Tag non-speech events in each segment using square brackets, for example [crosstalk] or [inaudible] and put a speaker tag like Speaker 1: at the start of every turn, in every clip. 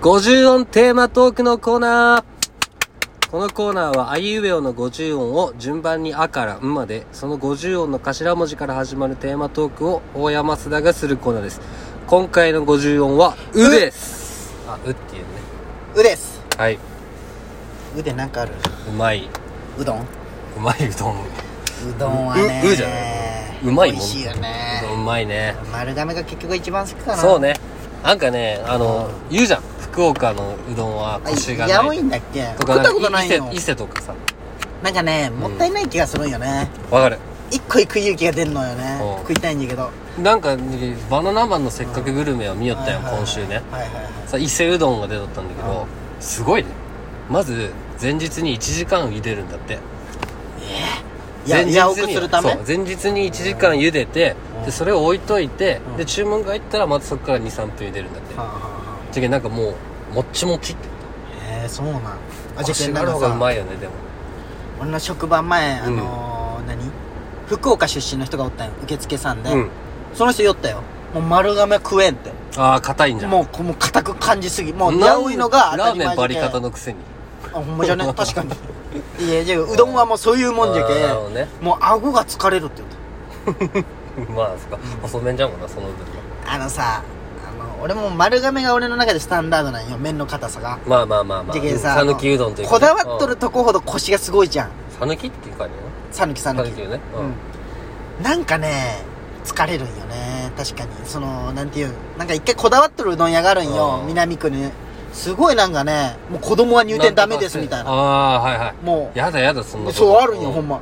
Speaker 1: 50音テーマトークのコーナーこのコーナーは、あいうえおの50音を順番にあからんまで、その50音の頭文字から始まるテーマトークを大山須田がするコーナーです。今回の50音は、うです。あ、うっていうね。
Speaker 2: うです
Speaker 1: はい。
Speaker 2: うでなんかある
Speaker 1: うまい。
Speaker 2: うどんう
Speaker 1: うまいうどん。
Speaker 2: どんはね
Speaker 1: ううじゃないうまいもん
Speaker 2: 美味しいよね
Speaker 1: うまいね。
Speaker 2: 丸亀が結局一番好きかな
Speaker 1: そうね。なんかね、あの、言うじゃん。福岡のうどんは
Speaker 2: あ
Speaker 1: コシが
Speaker 2: やお
Speaker 1: ないい。
Speaker 2: んだっけ
Speaker 1: と
Speaker 2: 食
Speaker 1: か
Speaker 2: ったことない
Speaker 1: んか
Speaker 2: よ
Speaker 1: 伊勢伊勢とかさ。
Speaker 2: なんかねもったいない気がするんよね
Speaker 1: わかる。
Speaker 2: 一個行く勇気が出るのよね
Speaker 1: うん
Speaker 2: 食いたいんだけど
Speaker 1: なんか、バナナマンのせっかくグルメを見よったよ、
Speaker 2: はいはいはい
Speaker 1: 今週ね。
Speaker 2: はいはいはい
Speaker 1: さ、伊勢うどんが出とったんだけど、すごいね。まず、前日に1時間茹でるんだって。
Speaker 2: いや
Speaker 1: 前日に
Speaker 2: やおくするため
Speaker 1: そう、前日に1時間茹でて、
Speaker 2: うん
Speaker 1: で、それを置いといて
Speaker 2: う、ん
Speaker 1: で、注文が入ったらまたそこから2、3分茹でるんだって。
Speaker 2: はあはあは
Speaker 1: じゃけんなんかもう、もっちもちって。
Speaker 2: あへえそうなんあじゃ
Speaker 1: コシ
Speaker 2: あ
Speaker 1: があ
Speaker 2: なん
Speaker 1: る
Speaker 2: か
Speaker 1: 方がう
Speaker 2: さ
Speaker 1: まいよね、でも。
Speaker 2: 俺の職場前あ
Speaker 1: うん
Speaker 2: のー何福岡出身の人がおったんよ受付さんで
Speaker 1: うん。
Speaker 2: その人酔ったよもう丸亀食えんって
Speaker 1: ああ、硬いんじゃん。
Speaker 2: もうこうもう硬く感じすぎもう
Speaker 1: な
Speaker 2: や
Speaker 1: ん
Speaker 2: おいのが当た
Speaker 1: ラー
Speaker 2: り
Speaker 1: メンバ
Speaker 2: 前
Speaker 1: リ
Speaker 2: じゃ
Speaker 1: 方
Speaker 2: け
Speaker 1: のくせに
Speaker 2: あほんまじゃね
Speaker 1: [laughs]
Speaker 2: 確かにいやじゃあうどんはもうそういうもんじゃけ
Speaker 1: あーなるほどね [laughs]
Speaker 2: もう顎が疲れるって言った
Speaker 1: まあそっか細麺じゃんもんなその分は
Speaker 2: あのさあの俺も丸亀が俺の中でスタンダードなんよ麺の硬さが
Speaker 1: まあまあまあまあ
Speaker 2: じゃけさあの
Speaker 1: 讃岐うどんというか
Speaker 2: こだわっとるとこほど腰がすごいじゃん
Speaker 1: うん讃岐っていう感じだ
Speaker 2: さぬきさ
Speaker 1: な
Speaker 2: ぬ
Speaker 1: 讃
Speaker 2: き
Speaker 1: 岐よねう
Speaker 2: うんんなんかね疲れるんよね確かにそのなんていうなんか一回こだわっとるうどん屋があるんよ
Speaker 1: うん
Speaker 2: 南区にすごいなんかねもう子供は入店ダメですみたいな
Speaker 1: ああはいは
Speaker 2: も
Speaker 1: いやだやだそんな
Speaker 2: う
Speaker 1: と
Speaker 2: そ
Speaker 1: こ
Speaker 2: うあるんよほんま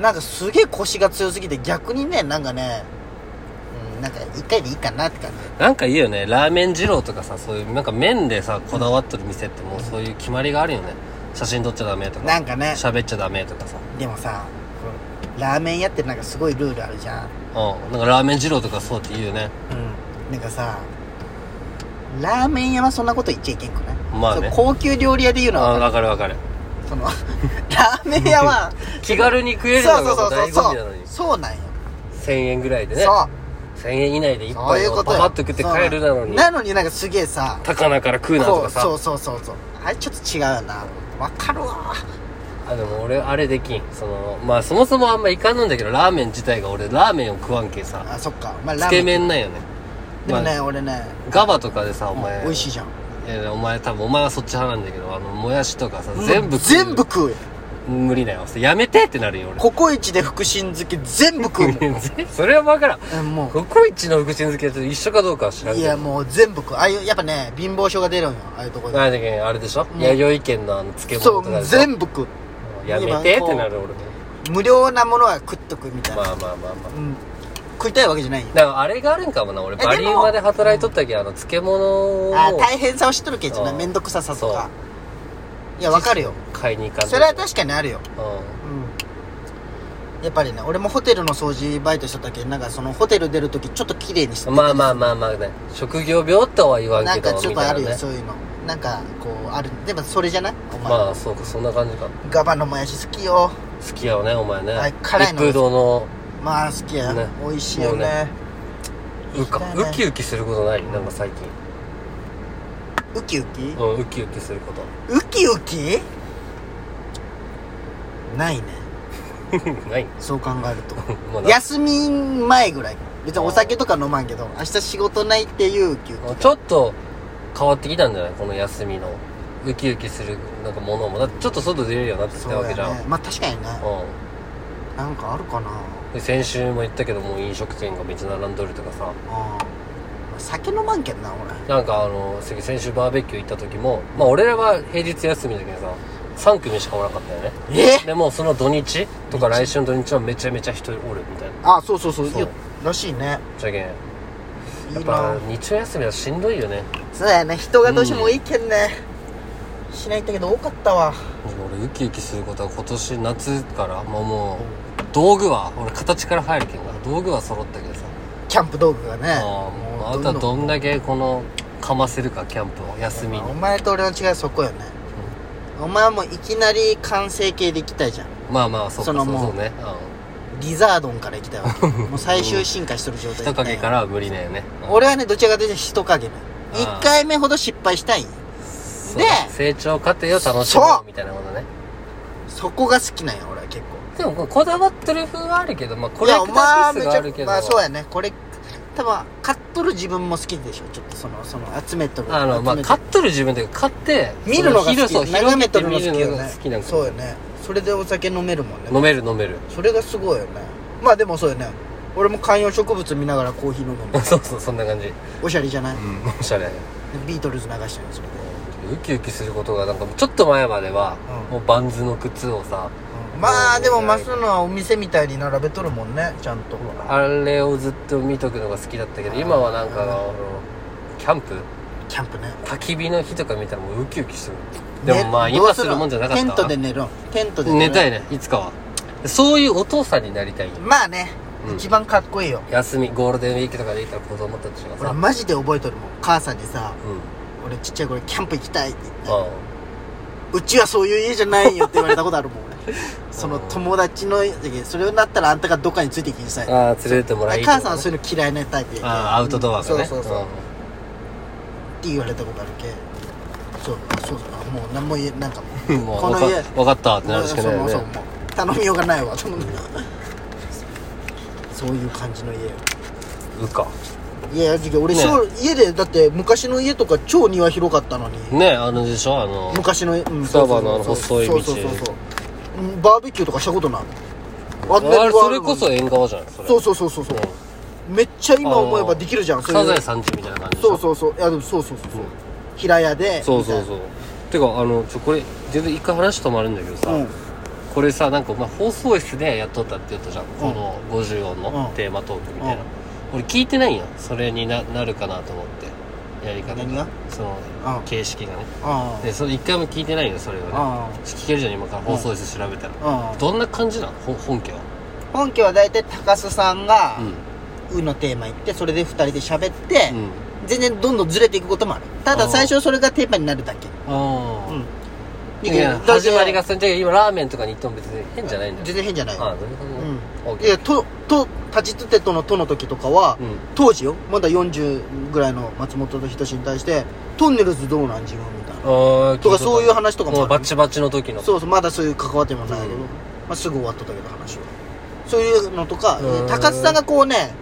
Speaker 2: なんかすげえ腰が強すぎて逆にねなんかねうんなんか一回でいいかなって感じ
Speaker 1: なんかいいよねラーメン二郎とかさそういうなんか麺でさこだわっとる店ってもうそういう決まりがあるよね写真撮っちゃダメと
Speaker 2: な
Speaker 1: か
Speaker 2: んかね
Speaker 1: 喋っちゃダメとかさ
Speaker 2: でもさこうラーメン屋ってなんかすごいルールあるじゃん
Speaker 1: うんなんかラーメン二郎とかそうって言うよね
Speaker 2: うんなんかさラーメン屋はそんなこと言っちゃいけんくない
Speaker 1: まあね
Speaker 2: そう高級料理屋で言うのは
Speaker 1: あ
Speaker 2: わ
Speaker 1: ー
Speaker 2: かる
Speaker 1: わかるわかる
Speaker 2: その [laughs] ラーメン
Speaker 1: [laughs]
Speaker 2: 屋は
Speaker 1: 気軽に食
Speaker 2: そう
Speaker 1: えるのがも
Speaker 2: そううそう
Speaker 1: 醍
Speaker 2: そ
Speaker 1: 醐
Speaker 2: う
Speaker 1: 味なのに
Speaker 2: そうなんよ、
Speaker 1: 1000円ぐらいでね
Speaker 2: そう
Speaker 1: 1000円以内で一
Speaker 2: そう
Speaker 1: 杯
Speaker 2: いうこ
Speaker 1: を
Speaker 2: と
Speaker 1: パ
Speaker 2: よ
Speaker 1: パッと食って帰るなの
Speaker 2: そう
Speaker 1: に
Speaker 2: なのになんかすげえさ
Speaker 1: 高菜から食うなと
Speaker 2: こ
Speaker 1: か
Speaker 2: う
Speaker 1: さ
Speaker 2: そうそうそうそうあれちょっと違うなわかるわ
Speaker 1: あでも俺あれできんそのまあそもそもあんまいかんのんだけどラーメン自体が俺ラーメンを食わんけさ
Speaker 2: あそっかまあ
Speaker 1: つ
Speaker 2: ラ
Speaker 1: け
Speaker 2: ーメン
Speaker 1: 麺なんよね
Speaker 2: でもね、
Speaker 1: まあ
Speaker 2: 俺ね
Speaker 1: ガバとかでさお前
Speaker 2: 美味しいじゃん
Speaker 1: いやお前多分お前はそっち派なんだけどあのもやしとかさ
Speaker 2: も
Speaker 1: 全
Speaker 2: う
Speaker 1: 部食う
Speaker 2: 全部食うよ
Speaker 1: 無理だよやめてってなるよ
Speaker 2: ココイチで福神漬け全部食うも
Speaker 1: [laughs]
Speaker 2: ん
Speaker 1: 俺全それは分からん
Speaker 2: えも
Speaker 1: ココイチの福神漬けと一緒かどうかは知らん
Speaker 2: うい
Speaker 1: け
Speaker 2: や
Speaker 1: ど
Speaker 2: もう全部食うああいうやっぱね貧乏症が出るんよああいうとこで
Speaker 1: なんだっけあれでしょ
Speaker 2: ん
Speaker 1: 弥生県のあの漬
Speaker 2: そ
Speaker 1: 物とか
Speaker 2: う
Speaker 1: でしょ
Speaker 2: 全部食う
Speaker 1: やめてってなる俺も
Speaker 2: 無料なものは食っとくみたいな、
Speaker 1: まあまあまあまあ
Speaker 2: うん、食いたいわけじゃないよ
Speaker 1: だからあれがあるんかもな俺
Speaker 2: えでも
Speaker 1: バリウマで働いとったけどあの漬物を
Speaker 2: あー大変さを知っとるけどな
Speaker 1: そう
Speaker 2: 面倒くささと
Speaker 1: そ
Speaker 2: かいやわかるよ
Speaker 1: 買いに行かんと
Speaker 2: それは確かにあるよ、
Speaker 1: う
Speaker 2: やっぱりね俺もホテルの掃除バイトしとったけどなんかそのホテル出るときちょっと綺麗にして
Speaker 1: んまあまあまあまあね職業病とは言わん
Speaker 2: な
Speaker 1: け
Speaker 2: ん
Speaker 1: ど
Speaker 2: かちょっ
Speaker 1: み
Speaker 2: と
Speaker 1: た
Speaker 2: あ
Speaker 1: い
Speaker 2: るよ、
Speaker 1: なね
Speaker 2: そういうのなんかこうあるでもそれじゃないお前、
Speaker 1: まあそうかそんな感じか
Speaker 2: ガバのもやし好きよ
Speaker 1: 好きやわねお前ね
Speaker 2: はい辛い
Speaker 1: 一
Speaker 2: の
Speaker 1: 風堂の
Speaker 2: まあ好きや、
Speaker 1: ね
Speaker 2: 美味しいよね
Speaker 1: もううか
Speaker 2: 行きたいね
Speaker 1: ウキウキすることないなんか最近
Speaker 2: ウキウキ、
Speaker 1: うんウキウキすること [laughs]
Speaker 2: ウキウキないね
Speaker 1: ない [laughs]
Speaker 2: そう考えると
Speaker 1: まあな
Speaker 2: 休み前ぐらい別にお酒とか飲まんけど明日仕事ないっていうウキウキ
Speaker 1: ちょっと変わってきたんじゃないこの休みのウキウキするなんかものもだってちょっと外出れるようになってきた
Speaker 2: そう
Speaker 1: わけじゃん
Speaker 2: やねまあ確かにね
Speaker 1: う
Speaker 2: なんかあるかなん
Speaker 1: で先週も言ったけどもう飲食店がめっちゃ並んどるとかさ
Speaker 2: うんまあ酒飲まんけんな俺
Speaker 1: なんかあのせ先週バーベキュー行った時もまあ俺らは平日休みだけどさ3組しかおらなかったよね
Speaker 2: え
Speaker 1: でもうその土日とか来週の土日はめちゃめちゃ人おるみたいな
Speaker 2: あそうそうそう
Speaker 1: そう
Speaker 2: よらしいね
Speaker 1: じゃけんや
Speaker 2: い
Speaker 1: っ
Speaker 2: い
Speaker 1: ぱ
Speaker 2: な
Speaker 1: 日曜休みはしんどいよね
Speaker 2: そうやね人がどうしても多いけんね、しないんだけど多かったわ
Speaker 1: 俺ウキウキすることは今年夏からまあもう道具は俺形から入るけんな道具は揃ったけどさ
Speaker 2: キャンプ道具がね
Speaker 1: あーもうあ
Speaker 2: どん
Speaker 1: とは
Speaker 2: どん
Speaker 1: どんだけこのかませるかキャンプを休みに
Speaker 2: お前と俺の違いはそこよね、お前はもういきなり完成形で行きたいじゃん
Speaker 1: まあまあそうかそ
Speaker 2: そ
Speaker 1: う
Speaker 2: の
Speaker 1: そ
Speaker 2: もう
Speaker 1: うね
Speaker 2: リザードンから行きたい
Speaker 1: [laughs]
Speaker 2: わけもう最終進化してる状態
Speaker 1: 人影からは無理だよね
Speaker 2: 俺はねどちらかというと人影なの
Speaker 1: あー
Speaker 2: 1回目ほど失敗したいんよ
Speaker 1: そう
Speaker 2: で
Speaker 1: 成長過程を楽しむ
Speaker 2: そう
Speaker 1: みたいなことね
Speaker 2: そこが好きなんよ俺は結構
Speaker 1: でもこれこだわってる風はあるけどまあコ
Speaker 2: い
Speaker 1: レ
Speaker 2: や
Speaker 1: ク
Speaker 2: お
Speaker 1: タ
Speaker 2: 前
Speaker 1: ー
Speaker 2: は
Speaker 1: ピース
Speaker 2: めち
Speaker 1: が
Speaker 2: ゃ
Speaker 1: あるけど
Speaker 2: まあそうやねこれ多分買っとる自分も好きでしょちょっとそのその集めとる
Speaker 1: あのまあ
Speaker 2: 集めと
Speaker 1: 買っ
Speaker 2: る
Speaker 1: とる自分というか買って
Speaker 2: 見るのが好
Speaker 1: その広
Speaker 2: き
Speaker 1: そう
Speaker 2: 眺めとるの
Speaker 1: 広
Speaker 2: 好
Speaker 1: げて見
Speaker 2: き
Speaker 1: るの
Speaker 2: よ
Speaker 1: が
Speaker 2: ね
Speaker 1: 好きなの
Speaker 2: そうよねそれでお酒飲めるもんね
Speaker 1: 飲める飲める [laughs]
Speaker 2: それがすごいよねまあでもそうよね俺も観葉植物見ながらコーヒー飲むもん
Speaker 1: そうそうそんな感じ
Speaker 2: おしゃれじゃない、
Speaker 1: うんおしゃれ
Speaker 2: ビートルズ流してるんですけど、
Speaker 1: ウキウキすることがなんかちょっと前までは、
Speaker 2: うん
Speaker 1: もうバンズの靴をさ
Speaker 2: まあでもマスのはお店みたいに並べとるもんねちゃんと
Speaker 1: あれをずっと見とくのが好きだったけど今はなんかあのキャンプ
Speaker 2: キャンプね
Speaker 1: 焚き火の日とか見たらもうウキウキしてるでもまあ
Speaker 2: ねど
Speaker 1: 今
Speaker 2: う
Speaker 1: するもんじゃなかった
Speaker 2: テントで寝るんテントで
Speaker 1: 寝た
Speaker 2: い
Speaker 1: いねいつかはそういうお父さんになりたいよ
Speaker 2: まあね、
Speaker 1: うん
Speaker 2: 一番かっこいいよ
Speaker 1: 休みゴールデンウィークとかでいいから子供たちが
Speaker 2: 俺
Speaker 1: さ
Speaker 2: マジで覚えとるもん母さんにさ
Speaker 1: うん
Speaker 2: 俺ちっちゃい頃キャンプ行きたいって言って
Speaker 1: あ
Speaker 2: うちはそういう家じゃないよって言われたことあるもん
Speaker 1: [laughs]
Speaker 2: 俺その友達のそれになったらあんたがどっかについて行きなさい
Speaker 1: ああ連れてってもらい
Speaker 2: 母さんはそう
Speaker 1: れ
Speaker 2: いうの嫌いなタイプやけ
Speaker 1: ああアウトドアがね
Speaker 2: そうそうそう、
Speaker 1: ん
Speaker 2: って言われたことあるけそうそうそうもう何も言えなんかもう
Speaker 1: [laughs] もう
Speaker 2: こ
Speaker 1: わ
Speaker 2: の
Speaker 1: か
Speaker 2: 家
Speaker 1: わかったってなるし
Speaker 2: そ
Speaker 1: か
Speaker 2: う
Speaker 1: ない
Speaker 2: も
Speaker 1: よ
Speaker 2: うそう
Speaker 1: ね
Speaker 2: もう頼みようがないわと [laughs] 思ってそういう感じの家よ
Speaker 1: うか
Speaker 2: いやいやじゃあ俺、
Speaker 1: ね
Speaker 2: 小家でだって昔の家とか超庭広かったのに、
Speaker 1: ねあのでしょあの
Speaker 2: 昔の、うん
Speaker 1: 双葉のあの細い道
Speaker 2: そうそうそうそううんバーベキューとかしたことないあ
Speaker 1: あ
Speaker 2: んなに
Speaker 1: れそれ
Speaker 2: あるのに
Speaker 1: こそ縁側じゃんそれ
Speaker 2: そうそうそうそうそうめっちゃ今思えばできるじゃんそう
Speaker 1: サ
Speaker 2: い
Speaker 1: ザエ
Speaker 2: う
Speaker 1: さんちみたいな感じでし
Speaker 2: そ
Speaker 1: ょ
Speaker 2: うそうそういやでもそうそうそうそう平屋で
Speaker 1: そうそう
Speaker 2: み
Speaker 1: そうてかあのちょこれ全然一回話止まるんだけど
Speaker 2: た
Speaker 1: さ、
Speaker 2: いなうん
Speaker 1: これさなんかお前放送室でやっとったって言ったじゃん、この50音
Speaker 2: う
Speaker 1: の
Speaker 2: ん
Speaker 1: テーマトークみたいな、
Speaker 2: うん
Speaker 1: 俺聞いてないんよそれにななるかなと思ってやり方
Speaker 2: 何が
Speaker 1: その
Speaker 2: うん
Speaker 1: 形式がね
Speaker 2: あ
Speaker 1: でそれ一回も聞いてないよそれはね
Speaker 2: あ
Speaker 1: 聞けるじゃん今から放送室調べたら、
Speaker 2: ああ
Speaker 1: どんな感じなのほ本家は
Speaker 2: 本家は大体高須さんが
Speaker 1: うん
Speaker 2: 「う」のテーマ言ってそれで2人で喋って、
Speaker 1: うん
Speaker 2: 全然どんどんずれていくこともあるた
Speaker 1: あ
Speaker 2: だ
Speaker 1: ー
Speaker 2: 最初それがテーマになるだけ
Speaker 1: ああ、
Speaker 2: うん
Speaker 1: いや
Speaker 2: だって
Speaker 1: 始まりがそれで今ラーメンとかに行っても別に変じゃないんだよ
Speaker 2: 全然変じゃない
Speaker 1: ああ
Speaker 2: よ
Speaker 1: どういうこと
Speaker 2: うん
Speaker 1: ね OK
Speaker 2: いや「と」と「立ちつてと」の「と」の時とかは、
Speaker 1: うん
Speaker 2: 当時よまだ40ぐらいの松本人志に対して「トンネルズどうなん自分」みたいな
Speaker 1: ああ
Speaker 2: とかそういう話とかもある
Speaker 1: もうバチバチの時の
Speaker 2: そうそうまだそういう関わってもないけど、
Speaker 1: うん
Speaker 2: まあ、すぐ終わっとったけど話はそういうのとか
Speaker 1: うん
Speaker 2: 高須さんがこうね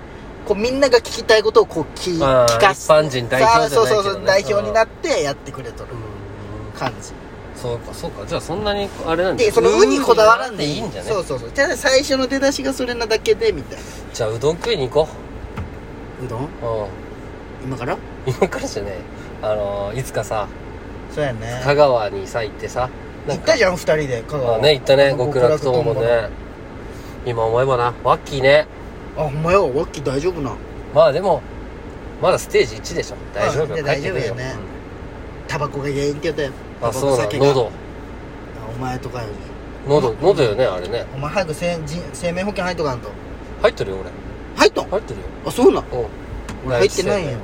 Speaker 2: こうみんなが聞きたいことをこう聞
Speaker 1: あー
Speaker 2: 聞かせ
Speaker 1: 一般人代表じゃないけどね
Speaker 2: そうそうそう代表になってやってくれとる
Speaker 1: うん
Speaker 2: 感じ
Speaker 1: そうかそうかじゃあそんなにあれなんだ
Speaker 2: でその「う」にこだわらんで
Speaker 1: う
Speaker 2: い
Speaker 1: ー
Speaker 2: い
Speaker 1: んにこだわらんでいいんじゃね
Speaker 2: そうそうそうただ最初の出だしがそれなだけでみたいな
Speaker 1: じゃあうどん食いに行こ
Speaker 2: うどん
Speaker 1: ううん
Speaker 2: 今から
Speaker 1: 今からじゃねあのーいつかさ
Speaker 2: そうやね
Speaker 1: 香川にさ行ってさ
Speaker 2: 行ったじゃん2人で香
Speaker 1: ゃ
Speaker 2: 川
Speaker 1: んね行ったね
Speaker 2: 極
Speaker 1: 極
Speaker 2: 楽
Speaker 1: 楽
Speaker 2: と
Speaker 1: と
Speaker 2: んぼ
Speaker 1: もね今思えばなワッキーね
Speaker 2: あほんまよワッキー大丈夫なん
Speaker 1: まあでもまだステージ1でしょ大丈夫
Speaker 2: うん
Speaker 1: よ
Speaker 2: い
Speaker 1: 帰
Speaker 2: や
Speaker 1: ってくるよ
Speaker 2: 大丈夫やねタバコが原因って言ったよ
Speaker 1: うんあそうな
Speaker 2: タバ
Speaker 1: の
Speaker 2: コ酒が
Speaker 1: 喉
Speaker 2: お前とかより
Speaker 1: 喉喉よねあれね
Speaker 2: お前早くせん人生命保険入っとかんと
Speaker 1: 入ってるよ俺
Speaker 2: 入っとん
Speaker 1: 入ってるよ
Speaker 2: あそうなん
Speaker 1: うん
Speaker 2: 俺入ってないんよ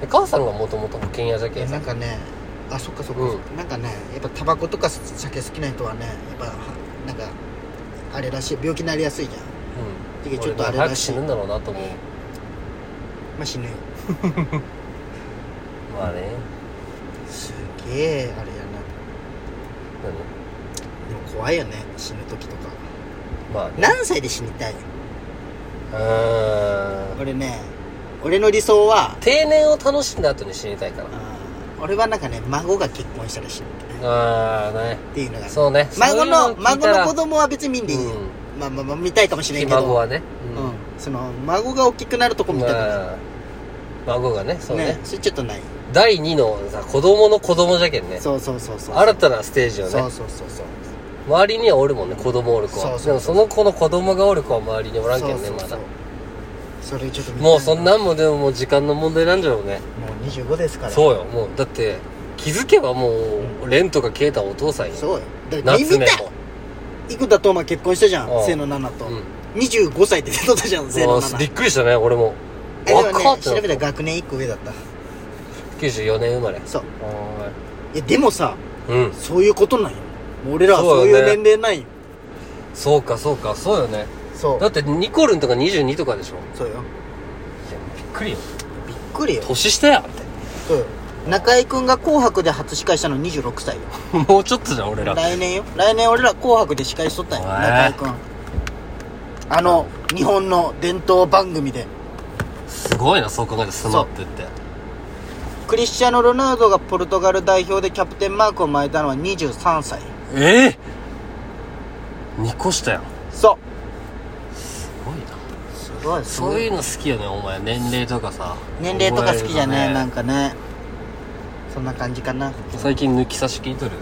Speaker 1: で母さんがもともと保険屋じゃけ
Speaker 2: え
Speaker 1: ん
Speaker 2: な
Speaker 1: さ
Speaker 2: んかねあそっかそっか、そっかなんかねやっぱタバコとか酒好きな人はねやっぱはなんかあれらしい病気になりやすいじゃん
Speaker 1: うん
Speaker 2: でちょっと
Speaker 1: 俺
Speaker 2: あれ
Speaker 1: 早
Speaker 2: ら
Speaker 1: く
Speaker 2: しい
Speaker 1: 死ぬんだろうなと思う
Speaker 2: まあ死ぬよ
Speaker 1: まあね
Speaker 2: すげえあれやなでも怖いよね死ぬ時とか
Speaker 1: まあね
Speaker 2: 何歳で死にたい
Speaker 1: うんうん
Speaker 2: 俺ね俺の理想は
Speaker 1: 定年を楽しんだ後に死にたいか
Speaker 2: あー俺はなんかね孫が結婚したら死ぬ
Speaker 1: らああね
Speaker 2: っていうのが
Speaker 1: そうね
Speaker 2: 孫の孫の子
Speaker 1: と
Speaker 2: 供は別に見んでいいよ、まあまあまあ見たいかもしれん
Speaker 1: ひ
Speaker 2: けど
Speaker 1: 孫はね
Speaker 2: うん、その孫が大きくなるとこ見たくない、
Speaker 1: まあ孫がねそう
Speaker 2: ね
Speaker 1: ね
Speaker 2: それちょっとない
Speaker 1: 第2のさ子供の子供じゃけんね
Speaker 2: そうそうそうそう
Speaker 1: 新たなステージよ
Speaker 2: そ
Speaker 1: ね
Speaker 2: うそうそうそう
Speaker 1: 周りにはおるもんね子供おる子
Speaker 2: そう
Speaker 1: は
Speaker 2: そう
Speaker 1: でもその子の子供がおる子は周りにおらんけ
Speaker 2: そ
Speaker 1: んね
Speaker 2: う
Speaker 1: ま
Speaker 2: そうそ
Speaker 1: だ
Speaker 2: うそれちょっと見たい
Speaker 1: もうそんなんもでももう時間の問題なんじゃろうね
Speaker 2: もう25ですからう
Speaker 1: そうよもうだって気づけばもうレンとかケイタはお父さんよ
Speaker 2: そうよだから見
Speaker 1: 夏目
Speaker 2: た
Speaker 1: も
Speaker 2: 生田斗真結婚したじゃん
Speaker 1: うん
Speaker 2: 清野菜名と、
Speaker 1: うん
Speaker 2: 25歳って出とったじゃん清野
Speaker 1: あ
Speaker 2: 菜
Speaker 1: ー
Speaker 2: 名
Speaker 1: びっくりしたね俺も
Speaker 2: えでも
Speaker 1: 若っ
Speaker 2: ね
Speaker 1: て
Speaker 2: 調
Speaker 1: な
Speaker 2: べたら学年1個上だった
Speaker 1: 94年生まれ
Speaker 2: そう
Speaker 1: はい
Speaker 2: やでもさ
Speaker 1: ーいうん
Speaker 2: そういうことなんよもう俺らは
Speaker 1: そ
Speaker 2: そうう
Speaker 1: よね
Speaker 2: いう年齢ないよ
Speaker 1: そうかそうかそうよね
Speaker 2: そう
Speaker 1: だってニコルンとか22とかでしょい
Speaker 2: そうよ
Speaker 1: やびっくりよ
Speaker 2: びっくりよ
Speaker 1: 年下やって [laughs]
Speaker 2: そうよ中居君が「紅白」で初司会したの26歳よ
Speaker 1: もうちょっとじゃん俺ら
Speaker 2: 来年よ来年俺ら「紅白」で司会しとったんよ
Speaker 1: おい
Speaker 2: 中居君あの日本の伝統番組です
Speaker 1: ごいなそう考えてスマップって
Speaker 2: クリスチャーノ・ロナウドがポルトガル代表でキャプテンマークを巻いたのは23歳
Speaker 1: ええ2個下やん
Speaker 2: そ
Speaker 1: すごいな
Speaker 2: うすごいす
Speaker 1: そ
Speaker 2: ご
Speaker 1: ういうの好きよねお前年齢とかさ
Speaker 2: 年齢とか好きじゃねえなん
Speaker 1: か
Speaker 2: かねそんな感じかな
Speaker 1: 最近抜き差し聞いとる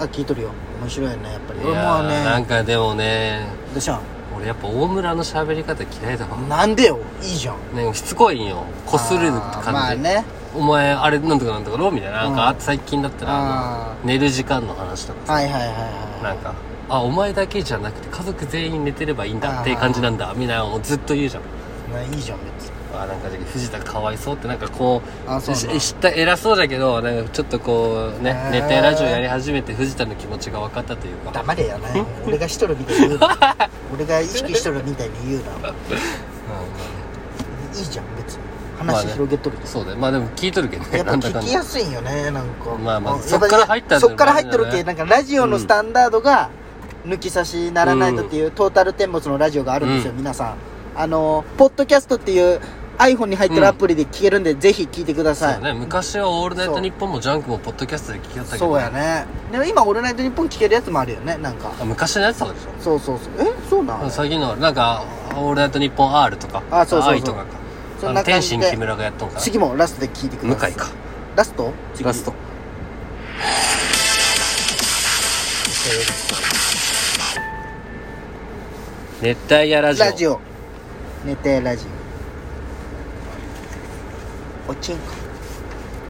Speaker 2: あ聞いとるよ面白いよねやっぱり
Speaker 1: い
Speaker 2: 俺も
Speaker 1: やーな
Speaker 2: ね
Speaker 1: んかでもね
Speaker 2: どうした
Speaker 1: 俺やっぱ大村の喋り方嫌いだわ
Speaker 2: んなんでよいいじゃん
Speaker 1: ねしつこいんよこする
Speaker 2: あ
Speaker 1: 感
Speaker 2: ー
Speaker 1: じ、
Speaker 2: まあね
Speaker 1: お前あれなんとかなんとかろみたいななんか、
Speaker 2: うん
Speaker 1: あ最近だったら
Speaker 2: あ
Speaker 1: 寝る時間の話とか
Speaker 2: あ
Speaker 1: さ
Speaker 2: はいはいはいはい
Speaker 1: なんかあお前だけじゃなくて家族全員寝てればいいんだっていう感じなんだみたいなのをずっと言うじゃん
Speaker 2: まあいいじゃん別に
Speaker 1: あなんか藤田かわいそうってなんかこ
Speaker 2: あ
Speaker 1: う
Speaker 2: そうなんだ
Speaker 1: し知った偉そうだけどなんかちょっとこうね
Speaker 2: へー
Speaker 1: 熱帯ラジオやり始めて藤田の気持ちが分かったというか
Speaker 2: 黙れよな俺がしとるみたいに言う
Speaker 1: [laughs]
Speaker 2: な俺が意識しとるみたいに言うないいじゃん別に
Speaker 1: まあ
Speaker 2: 話
Speaker 1: ね
Speaker 2: 広げとるけど
Speaker 1: そうだよまあでも聞いとるけど
Speaker 2: や
Speaker 1: ね
Speaker 2: っぱ
Speaker 1: なんだか
Speaker 2: 聞
Speaker 1: ん
Speaker 2: き
Speaker 1: だ
Speaker 2: やすいんよねなんか
Speaker 1: まあまあ
Speaker 2: やぱ
Speaker 1: そっから入ったんだよね
Speaker 2: そっから入ってるけなんかラジオのスタンダードが抜き差しならないとっていう、トータルテンボスのラジオがあるんですよ、
Speaker 1: うん
Speaker 2: 皆さんあのポッドキャストっていう iPhone に入ってるアプリで聞けるんで、ぜひ聞いてくだ
Speaker 1: そう
Speaker 2: さい
Speaker 1: だね昔は「オールナイトニッポン」も「ジャンク」もポッドキャストで聞き合ったけど
Speaker 2: そうやねでも今「オールナイトニッポン」聞けるやつもあるよねなんか
Speaker 1: あ昔のやつとかでしょ
Speaker 2: そうそうそうえそうなん、
Speaker 1: あ最近のなんか「オールナイトニッポン R」とか
Speaker 2: あそうそうそう
Speaker 1: I とかか
Speaker 2: そ
Speaker 1: あ
Speaker 2: ん
Speaker 1: の
Speaker 2: な
Speaker 1: 天
Speaker 2: 感じ
Speaker 1: 心
Speaker 2: で
Speaker 1: 木村がやっとんかな
Speaker 2: 次もラストで聞いてく
Speaker 1: 向
Speaker 2: ださ
Speaker 1: 井
Speaker 2: い
Speaker 1: か
Speaker 2: ラスト次
Speaker 1: ラスト熱帯夜ラジオ
Speaker 2: ラジオ寝てラジオおちんこ